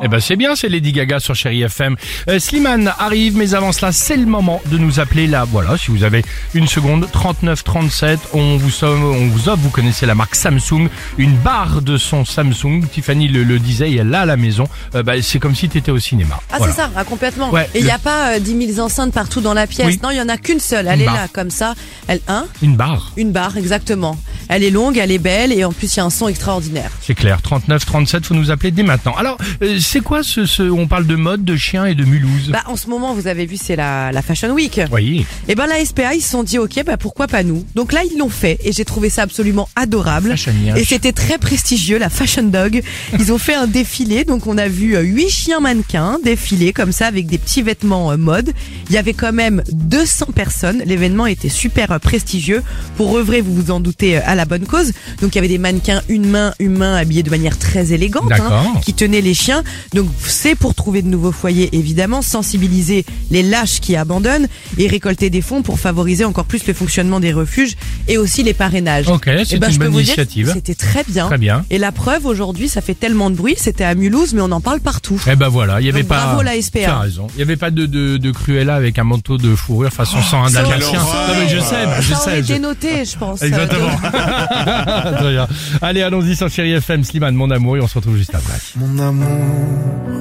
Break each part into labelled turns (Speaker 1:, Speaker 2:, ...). Speaker 1: Eh ben c'est bien, c'est Lady Gaga sur Chéri FM. Euh, Slimane arrive, mais avant cela, c'est le moment de nous appeler là. Voilà, si vous avez une seconde, 39 37, on vous somme, on vous offre, vous connaissez la marque Samsung, une barre de son Samsung. Tiffany le, le disait, elle l'a à la maison. Euh, bah, c'est comme si t'étais au cinéma.
Speaker 2: Ah
Speaker 1: Voilà.
Speaker 2: c'est ça, ah, complètement.
Speaker 1: Ouais,
Speaker 2: et il n'y a
Speaker 1: le-
Speaker 2: pas euh, 10 000 enceintes partout dans la pièce.
Speaker 1: Oui.
Speaker 2: Non, il n'y en a qu'une seule. Elle
Speaker 1: Une
Speaker 2: est
Speaker 1: barre.
Speaker 2: là, comme ça. Elle, hein
Speaker 1: Une barre,
Speaker 2: Une barre, exactement. Elle est longue, elle est belle et en plus, il y a un son extraordinaire.
Speaker 1: c'est clair. 39 37, faut nous appeler dès maintenant. Alors, euh, c'est quoi ce, ce, on parle de mode, de chien et de Mulhouse.
Speaker 2: Bah, en ce moment, vous avez vu, c'est la, la Fashion Week.
Speaker 1: voyez.
Speaker 2: Et ben la SPA, ils se sont dit, ok, bah pourquoi pas nous Donc là, ils l'ont fait et j'ai trouvé ça absolument adorable.
Speaker 1: Fashion
Speaker 2: Et
Speaker 1: Yash.
Speaker 2: c'était très prestigieux, la Fashion Dog. Ils ont fait un défilé, donc on a vu euh, huit chiens mannequins défiler comme ça avec des petits vêtements euh, mode. Il y avait quand même 200 personnes. L'événement était super euh, prestigieux. Pour œuvrer, vous vous en doutez, euh, à la bonne cause. Donc il y avait des mannequins une main humains habillés de manière très élégante, hein,
Speaker 1: D'accord.
Speaker 2: qui tenaient les chiens. Donc c'est pour trouver de nouveaux foyers, évidemment, sensibiliser les lâches qui abandonnent et récolter des fonds pour favoriser encore plus le fonctionnement des refuges et aussi les parrainages.
Speaker 1: Ok, c'est
Speaker 2: Eh ben,
Speaker 1: une
Speaker 2: je peux
Speaker 1: bonne
Speaker 2: vous dire que
Speaker 1: initiative. hein.
Speaker 2: C'était très bien.
Speaker 1: Très bien.
Speaker 2: Et la preuve, aujourd'hui, ça fait tellement de bruit. C'était à Mulhouse, mais on en parle partout.
Speaker 1: Eh ben voilà, il y avait
Speaker 2: Donc
Speaker 1: pas.
Speaker 2: bravo la SPA.
Speaker 1: Tu as raison. Il y avait pas de, de de Cruella avec un manteau de fourrure façon sang
Speaker 2: Oh, ça aurait-
Speaker 1: d'Alsacien.
Speaker 2: ça
Speaker 1: Non mais je sais, je
Speaker 2: ça aurait
Speaker 1: sais. je-
Speaker 2: été noté, je pense.
Speaker 1: Exactement. Très bien. Allez, allons-y sur Chéri FM, Slimane, mon amour, et on se retrouve juste après.
Speaker 3: Mon amour,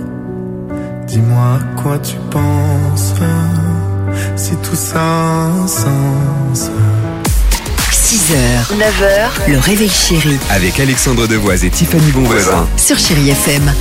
Speaker 3: dis-moi à quoi tu penses, si tout ça a un sens.
Speaker 4: 6h, 9h, le réveil chéri
Speaker 5: Avec Alexandre Devoise et Tiffany Bonvoisin.
Speaker 4: sur Chéri FM.